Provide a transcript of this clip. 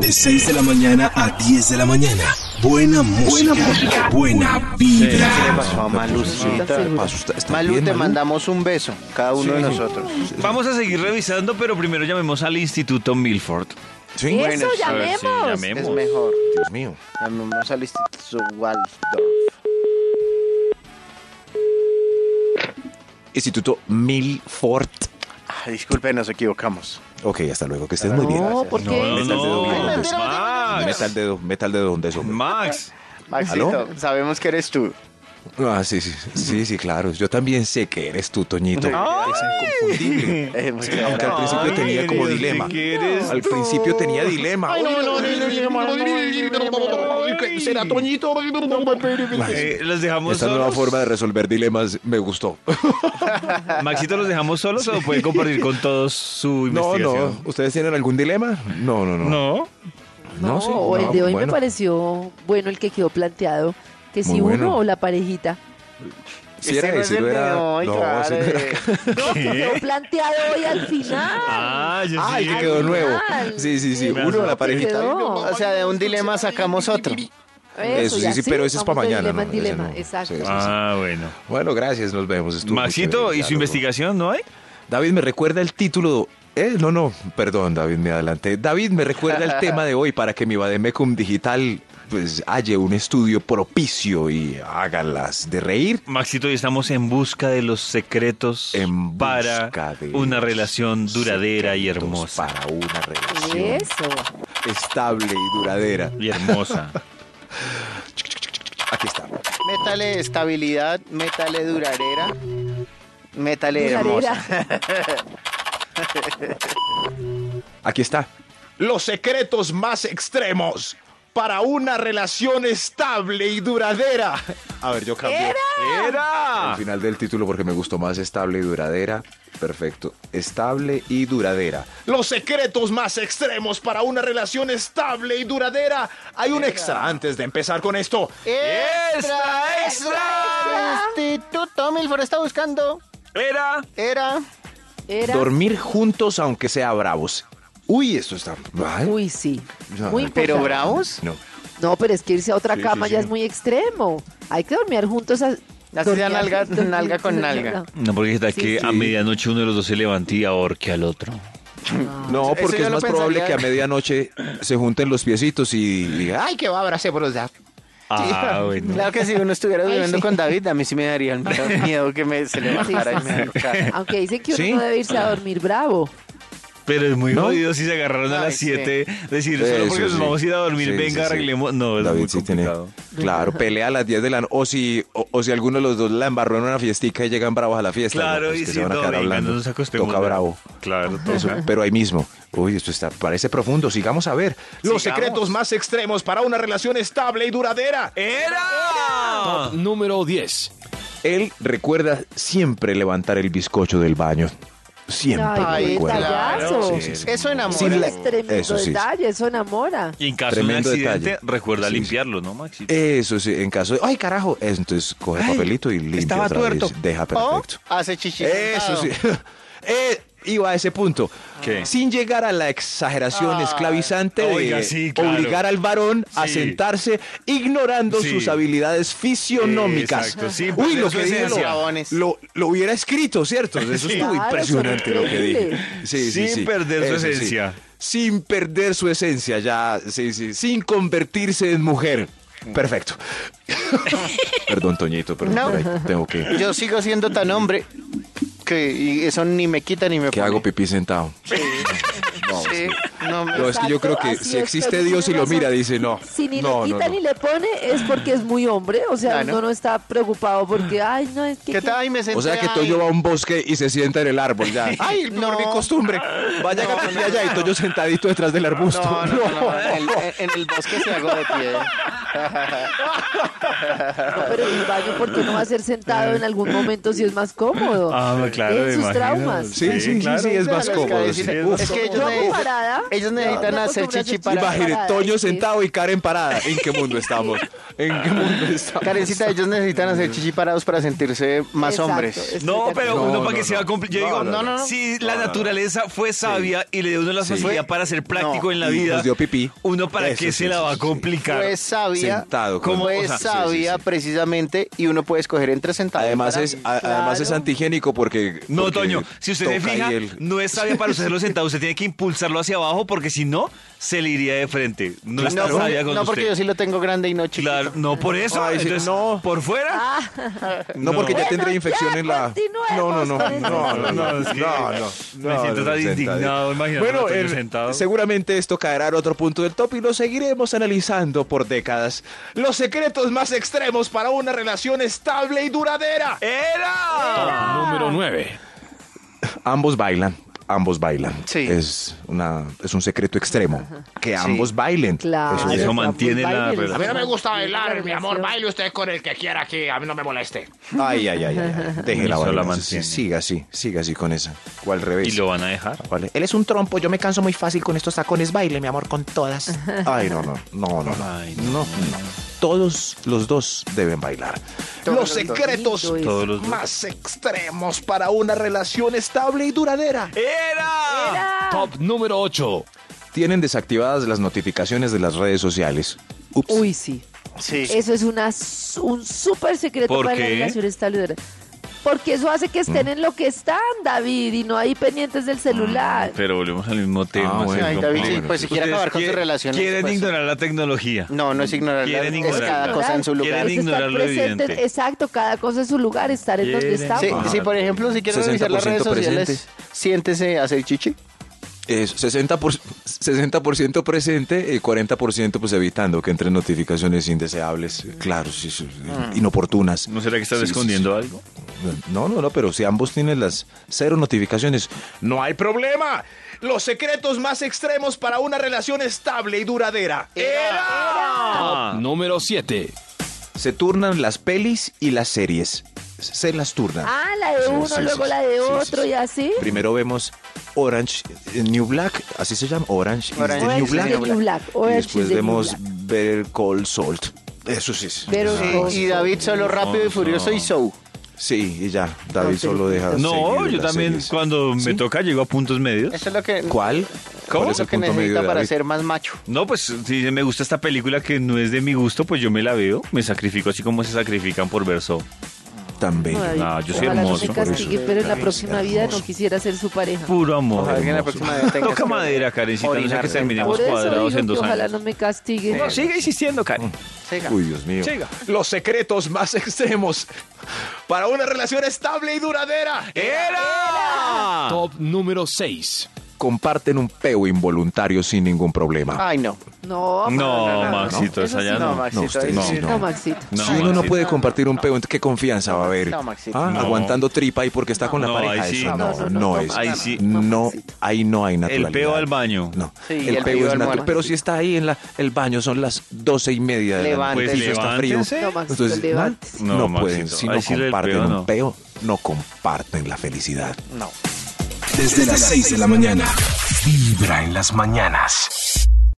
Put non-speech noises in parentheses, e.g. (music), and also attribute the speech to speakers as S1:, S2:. S1: De 6 de la mañana a 10 de la mañana. Buena música. Buena, música, buena vibra.
S2: pasó a Malucita? Malu, te mandamos un beso, cada uno de nosotros.
S3: Vamos a seguir revisando, pero primero llamemos al Instituto Milford.
S4: Sí,
S5: ¿Eh?
S4: Eso, llamemos.
S3: sí,
S2: Es
S3: llamemos.
S2: mejor.
S4: Dios mío.
S2: Llamemos al Instituto Waldorf.
S4: Instituto Milford.
S2: Ah, disculpe, nos equivocamos.
S4: Ok, hasta luego, que estés muy bien.
S5: No, ¿por qué?
S4: Metal de
S3: No,
S4: domingo.
S3: Max.
S4: Meta el dedo, meta el dedo donde eso.
S3: Max. eh,
S2: Maxito,
S4: ¿Aló?
S2: sabemos que eres tú.
S4: Ah, sí, sí, sí, sí, claro. Yo también sé que eres tú, Toñito. Es inconfundible.
S2: (laughs) Eh, muchas
S4: Aunque al
S2: gracias.
S4: principio tenía como dilema. Al principio tenía dilema.
S6: Será Toñito.
S3: Eh, los dejamos
S4: Esta nueva
S3: solos.
S4: forma de resolver dilemas me gustó.
S3: Maxito, ¿los dejamos solos o puede compartir con todos su
S4: (laughs) No, no.
S3: investigación?
S4: ¿Ustedes tienen algún dilema? No, no, no.
S3: No.
S4: No, sí,
S5: o el
S4: no,
S5: de hoy me
S4: bueno.
S5: pareció bueno el que quedó planteado. Que si
S4: Muy bueno.
S5: uno o la parejita.
S4: Si era
S2: Ese Este no es
S4: ese,
S2: el
S4: no
S2: de
S4: era.
S2: hoy,
S4: no,
S2: claro,
S4: ese no era-
S2: eh.
S5: No, que quedó planteado hoy al final.
S3: Ah, yo
S4: Ay,
S3: sí.
S4: que quedó nuevo.
S5: Ay,
S4: Sí, sí, sí.
S3: me
S4: Uno a la
S3: asusté.
S4: parejita.
S5: Quedó.
S2: O sea, de un dilema sacamos otro.
S4: Eso sí,
S5: ya,
S4: sí, pero ese es
S5: vamos
S4: pa'
S5: de
S4: mañana, ¿no?
S5: dilema en
S4: Ese
S5: dilema,
S4: no.
S5: exacto.
S4: Sí, sí.
S3: Ah, bueno.
S4: Bueno, gracias, nos vemos. estuvo muy
S3: Maxito,
S4: chévere,
S3: ¿y
S4: ya
S3: su
S4: nos vemos.
S3: investigación no hay?
S4: David, ¿me recuerda el título? Eh, no, no, perdón, David, me adelanté. David, ¿me recuerda el tema de hoy para que mi Bademecum Digital pues halle un estudio propicio y hágalas de reír?
S3: Maxito, y estamos en busca de los secretos
S4: En
S3: para
S4: busca de
S3: una
S4: los
S3: relación duradera y
S4: secretos
S3: hermosa.
S4: Para una relación
S5: Eso.
S4: estable y duradera.
S3: Y hermosa.
S4: Aquí está.
S2: Métale estabilidad, métale duradera, métale hermosa.
S5: Durarera.
S4: Aquí está. Los secretos más extremos para una relación estable y duradera. A ver, yo cambio.
S3: ¡Era!
S4: Al final del título porque me gustó más estable y duradera. Perfecto. Estable y duradera. Los secretos más extremos para una relación estable y duradera. Hay un extra antes de empezar con esto.
S3: ¡Extra, extra!
S2: Instituto Milford está buscando.
S3: ¡Era!
S2: Era.
S5: Era.
S4: Dormir juntos aunque sea bravos. Uy, esto está... Ay,
S5: Uy, sí.
S4: Ya.
S5: Muy
S2: Pero
S5: importante.
S2: bravos.
S4: No.
S5: No, pero es que irse a otra
S4: Sí, sí,
S5: cama ya
S4: sí.
S5: es muy extremo. Hay que dormir juntos. Así
S2: sea nalga- nalga con nalga.
S3: (laughs) No, porque está
S5: Sí,
S3: que
S4: sí.
S3: a medianoche uno de los dos se levanta y ahorque al otro.
S4: No,
S2: Eso
S4: porque
S2: yo
S4: es
S2: lo
S4: más probable que
S2: pensaría.
S4: a
S2: (laughs)
S4: medianoche se junten los piecitos y diga, ay, que va, abracémonos ya.
S2: (laughs)
S3: Ah, bueno.
S2: Claro que si uno estuviera durmiendo
S5: sí.
S2: con David, a mí sí me daría
S5: (laughs)
S2: el miedo que me, se le
S5: Sí,
S2: bajara y
S5: sí,
S2: me
S5: sí.
S2: ahorcara.
S5: (laughs) Aunque dicen que uno
S4: Sí.
S5: no debe irse a dormir bravo.
S3: Pero es muy
S4: ¿No?
S3: jodido si se agarraron a
S2: Ay,
S3: las
S2: sí.
S3: 7. Decir,
S4: Sí,
S3: solo
S4: sí,
S3: porque nos
S4: sí.
S3: vamos a ir a dormir,
S4: Sí, sí,
S3: venga,
S4: sí.
S3: arreglemos. No, es muy
S4: David sí tiene.
S3: complicado.
S2: (laughs)
S4: Claro, pelea a las 10 de la noche. O si, o, o si alguno de los dos la embarró en una fiestica y llegan bravos a la fiesta.
S3: Claro,
S4: no, pues
S3: y
S4: que
S3: si
S4: se van a
S3: no,
S4: quedar
S3: venga,
S4: hablando.
S3: no nos acostemos.
S4: Toca bravo.
S3: Claro,
S2: (laughs)
S4: Eso,
S3: toca.
S4: pero ahí mismo. Uy, esto está, parece profundo. Sigamos a ver.
S2: Los secretos
S4: más extremos para una relación estable y duradera.
S3: ¡Era!
S6: Número 10.
S4: Él recuerda siempre levantar el bizcocho del baño. Siempre lo
S5: Ay, qué
S4: recuerda.
S5: detallazo.
S4: Sí, sí, sí.
S2: Eso enamora.
S4: Sin la-
S5: Es tremendo
S4: Eso sí.
S5: detalle, eso enamora.
S3: Y en caso
S4: Tremendo
S3: de un accidente,
S4: detalle.
S3: recuerda
S4: Sí, sí.
S3: limpiarlo, ¿no, Maxi?
S4: Eso sí, en caso de. ¡Ay, carajo! Eso, Entonces coge papelito y limpia.
S3: estaba
S4: otra vez.
S3: tuerto.
S4: Deja
S2: O
S4: perfecto.
S2: hace chichi.
S4: Eso sí.
S2: sentado.
S4: (laughs) Eh, iba a ese punto.
S3: ¿Qué?
S4: Sin llegar a la exageración
S2: Ah.
S4: esclavizante de
S3: Oiga, sí, claro.
S4: obligar al varón a
S3: Sí.
S4: sentarse ignorando
S3: Sí.
S4: sus habilidades fisionómicas.
S3: Exacto, sí,
S4: Uy,
S3: pues
S4: lo
S3: eso
S4: que
S3: es
S4: dije lo,
S2: esencia.
S4: lo- lo hubiera escrito,
S3: (laughs)
S4: ¿cierto? Eso
S3: Sí.
S4: estuvo
S5: Claro,
S4: impresionante
S5: son
S4: lo que dije.
S5: increíbles.
S4: Sí, sí,
S3: Sin
S4: sí.
S3: perder su
S4: Eso sí.
S3: esencia.
S4: Sin perder su esencia, ya, sí, sí. Sin convertirse en mujer. Perfecto. (laughs) perdón, Toñito, perdón.
S2: No.
S4: por ahí Tengo que.
S2: Yo sigo siendo tan hombre que y eso ni me quita ni me
S4: que
S2: pone.
S4: hago pipí sentado. No,
S2: Sí, no me-
S4: No, es que yo creo
S5: Exacto,
S4: que
S5: así
S4: si
S5: es,
S4: existe
S5: pero
S4: Dios y
S5: tiene
S4: lo
S5: razón.
S4: mira, dice no.
S5: Si ni
S4: no,
S5: le
S4: no,
S5: quita
S4: no.
S5: ni le pone, es porque es muy hombre. O sea,
S2: Claro.
S5: uno no está preocupado porque, ay, no, es que.
S2: ¿Qué tal? Ay, me senté
S4: O sea que
S2: ahí.
S4: Toyo va a un bosque y se sienta en el árbol ya.
S2: (laughs)
S4: Ay,
S2: No.
S4: no. mi costumbre. Vaya
S2: No,
S4: gatilla
S2: no,
S4: allá y
S2: no.
S4: Toyo sentadito detrás del arbusto.
S2: No, no, no,
S4: (laughs)
S2: no, En,
S6: (laughs)
S2: el, en el bosque se hago de pie.
S5: No, pero en el baño, ¿por qué no va a ser sentado en algún momento si es más cómodo?
S3: Ah, claro,
S5: Dejen
S3: me
S5: sus
S3: imagino.
S5: traumas.
S4: Sí, sí, sí,
S3: claro.
S4: sí, es más
S2: Las
S4: cómodo. sí.
S2: cabecitas.
S4: Uf.
S2: Es que ellos
S5: Yo
S2: me dicen-
S5: comparada,
S2: Ellos necesitan
S5: no
S2: hacer
S5: acostumbras
S2: chichi
S5: a
S2: para.
S5: chichi.
S6: Imagínate,
S5: parada,
S6: Toño
S5: sí.
S6: sentado y Karen parada. ¿En qué mundo estamos? ¿En qué mundo estamos?
S2: Karencita, ellos necesitan hacer chichi parados para sentirse más
S5: Exacto,
S2: hombres.
S5: estoy
S3: No,
S5: de
S3: pero
S5: acuerdo.
S3: uno
S6: No,
S3: para
S6: no,
S3: que sea
S6: no.
S3: compli- Yo
S6: No,
S3: digo,
S6: no, no, no.
S3: si la
S6: No, no, no.
S3: naturaleza fue sabia y le dio uno la
S6: Sí.
S3: facilidad
S2: Fue-
S3: para ser práctico
S2: no,
S3: en la
S6: y
S3: vida.
S6: nos dio pipí.
S3: Uno para
S6: Eso,
S3: qué
S6: sí,
S3: se la
S6: sí,
S3: va a
S6: sí.
S3: complicar.
S2: Fue sabia.
S6: Sentado, con-
S2: Fue
S6: o sea, sí, sí,
S2: sabia,
S6: sí.
S2: precisamente, y uno puede escoger entre sentado y
S6: Además
S2: parado.
S6: es, a- además es
S5: Claro.
S6: antigénico porque.
S3: No,
S6: porque
S3: Toño, si usted se
S6: toca
S3: fija,
S6: y el-
S3: no es sabia para usted hacerlo sentado. Usted tiene que impulsarlo hacia abajo porque si no, se le iría de frente. No está
S2: no,
S3: sabia con
S2: no, porque
S3: usted.
S2: yo sí lo tengo grande y no chiquito.
S3: Claro, no por eso.
S6: Ay, sí,
S3: entonces,
S6: no.
S3: Por fuera.
S6: No, porque ya
S5: Bueno,
S6: tendría
S5: ya,
S6: infección en la. No,
S5: continuemos
S6: no, no.
S5: con este
S6: No, no, no.
S3: tema.
S6: No,
S3: Es que
S6: no,
S3: me siento
S6: no,
S3: tan
S6: sentadito.
S3: indignado, imagínate a
S6: Bueno,
S3: Toño
S6: el-
S3: sentado.
S6: seguramente esto caerá en otro punto del top y lo seguiremos analizando por décadas. Los secretos más extremos para una relación estable y duradera.
S3: ¡Era!
S7: Número 9.
S6: Ambos bailan. Ambos bailan.
S2: Sí.
S6: Es, una, es un secreto extremo. Que ambos bailen.
S5: Claro.
S6: Eso
S5: o
S6: es-
S5: sea,
S3: Eso mantiene
S5: pues,
S3: la
S5: bailen,
S3: relación.
S4: A mí no me gusta
S5: mantiene la
S4: bailar, mi amor.
S5: relación.
S4: Baile usted con el que quiera que a mí no me moleste.
S6: Ay, ay, ay, ay. ay. Déjela
S3: Eso la
S6: bailar.
S3: mantiene.
S6: Siga así, siga así con esa. O al revés.
S3: Y lo van a dejar.
S6: Vale. Él es un trompo, yo me canso muy fácil con estos tacones, baile, mi amor, con todas. Ay, no, no, no, no. No,
S3: Ay,
S6: no, no. Todos los dos deben bailar.
S2: Todos
S6: los
S2: los dos.
S6: secretos
S5: Lindo eso.
S3: Todos los dos.
S6: más extremos para una relación estable y duradera.
S3: ¡Era!
S7: Top número 8.
S6: Tienen desactivadas las notificaciones de las redes sociales. Ups.
S5: Uy, sí.
S2: Sí.
S5: Eso es una, s- un súper secreto
S3: ¿Por
S5: para la
S3: qué? Mm.
S5: relación estable. Porque eso hace que estén en lo que están, David, y no ahí pendientes del celular.
S3: Mm, Pero volvemos al mismo
S6: Ah,
S3: tema.
S6: bueno.
S3: se
S2: Ay, David,
S3: complica.
S2: sí, pues si quiere
S3: Ustedes
S2: acabar con sus
S3: quie-
S2: relaciones.
S3: Quieren
S2: pues,
S3: ignorar la tecnología.
S2: No, no es ignorar.
S3: Quieren
S2: Es
S3: ignorar.
S2: cada cosa en su lugar.
S3: Quieren
S5: Es estar
S3: ignorar lo
S5: presente,
S3: evidente.
S5: Exacto, cada cosa en su lugar, estar en donde
S3: Quieren-
S5: estamos.
S2: Sí,
S3: Ajá.
S2: sí, por ejemplo, si quieres revisar las redes
S6: 60%
S2: sociales,
S6: presente.
S2: siéntese a hacer chichi.
S6: Es 60%, eh, por- 60 presente eh, y 40% pues evitando que entren notificaciones indeseables, eh, claro, sí, sí,
S5: Ah.
S6: inoportunas.
S3: ¿No será que estás
S6: Sí, sí,
S3: escondiendo
S6: sí.
S3: algo?
S6: No, no, no, pero si ambos tienen las cero notificaciones, no hay problema. Los secretos más extremos para una relación estable y duradera.
S3: Ah.
S7: Número 7.
S6: Se turnan las pelis y las series. Se las turnan.
S5: Ah, la de
S6: Sí,
S5: uno,
S6: sí, sí,
S5: luego
S6: sí,
S5: la de
S6: sí, sí,
S5: otro
S6: sí.
S5: y así.
S6: Primero vemos Orange eh, New Black, así se llama, Orange, is the
S2: Orange
S6: New
S2: is the
S6: Black.
S5: New Black, Orange
S6: y
S5: is
S6: después
S5: the New
S6: vemos
S5: Black.
S6: Better Call Salt. Eso sí. sí.
S5: Better
S6: Ah,
S5: Call
S2: Y- y David solo rápido y
S3: no.
S2: furioso y show.
S6: Sí, y ya. David
S5: No,
S6: solo deja.
S3: No,
S6: seguir
S3: yo
S6: las
S3: también
S6: series.
S3: cuando me toca llego a puntos medios.
S2: Eso es lo que,
S6: ¿Cuál?
S3: ¿Cómo?
S6: ¿Cuál
S2: lo
S6: es el
S2: que
S6: punto medio
S2: necesita
S6: de
S2: para
S6: David?
S2: ser más macho.
S3: No, pues si me gusta esta película que no es de mi gusto, pues yo me la veo, me sacrifico así como se sacrifican por verso.
S6: Tan bello.
S5: Ay,
S3: No, yo soy
S5: ojalá
S3: hermoso,
S5: No me
S3: por
S5: castigue,
S6: eso.
S5: pero en la
S6: Ay,
S5: próxima
S6: hermoso.
S5: vida no quisiera ser su pareja.
S3: Puro amor.
S2: Ojalá que en la
S6: hermoso.
S2: próxima vez tengas
S3: Toca
S2: que-
S3: madera, Karencita, no sea que
S2: orinar.
S3: terminemos
S5: Por eso digo
S3: cuadrados en
S5: que
S3: dos
S5: ojalá
S3: años.
S5: no me castigue.
S3: No, sigue insistiendo, Karen.
S2: Siga.
S6: Uy, Dios mío. Los secretos más (laughs) extremos para una relación estable y duradera.
S3: ¡Era!
S7: Top número 6.
S6: Comparten un peo involuntario sin ningún
S3: Ah,
S6: problema.
S2: Ay, no.
S5: No,
S3: No,
S2: no,
S3: Maxito, esa
S5: Eso
S3: ya
S5: sí,
S2: No,
S3: no.
S2: Maxito.
S6: No, usted
S2: ahí
S6: no.
S2: sí.
S5: no, Maxito.
S3: No,
S6: si uno no
S3: Maxito.
S6: puede compartir un peo, ¿qué confianza va a haber?
S2: No, Maxito.
S6: Ah,
S3: No.
S6: Aguantando tripa y porque está con la
S3: No,
S6: pareja.
S3: ahí sí.
S6: Eso
S5: No,
S6: no,
S5: no,
S6: no,
S5: no, no,
S6: es.
S3: Ahí sí.
S5: no,
S6: No,
S5: Maxito.
S6: ahí no hay naturalidad.
S3: peo al baño.
S6: No,
S2: Sí,
S6: el, peo, es
S2: al
S6: natural.
S2: baño.
S6: Pero si está ahí en la, el baño, son las doce y media de la noche.
S2: Levántese.
S6: eso está frío.
S3: Pues Levántese.
S5: No, Maxito,
S6: Entonces, no,
S5: levántese.
S3: No,
S6: no
S3: Maxito,
S6: pueden. Si
S3: ahí
S6: no
S3: sí lo del
S6: comparten
S3: peo, no.
S6: un peo, no comparten la felicidad.
S8: Desde las 6 de la mañana. Vibra en las mañanas.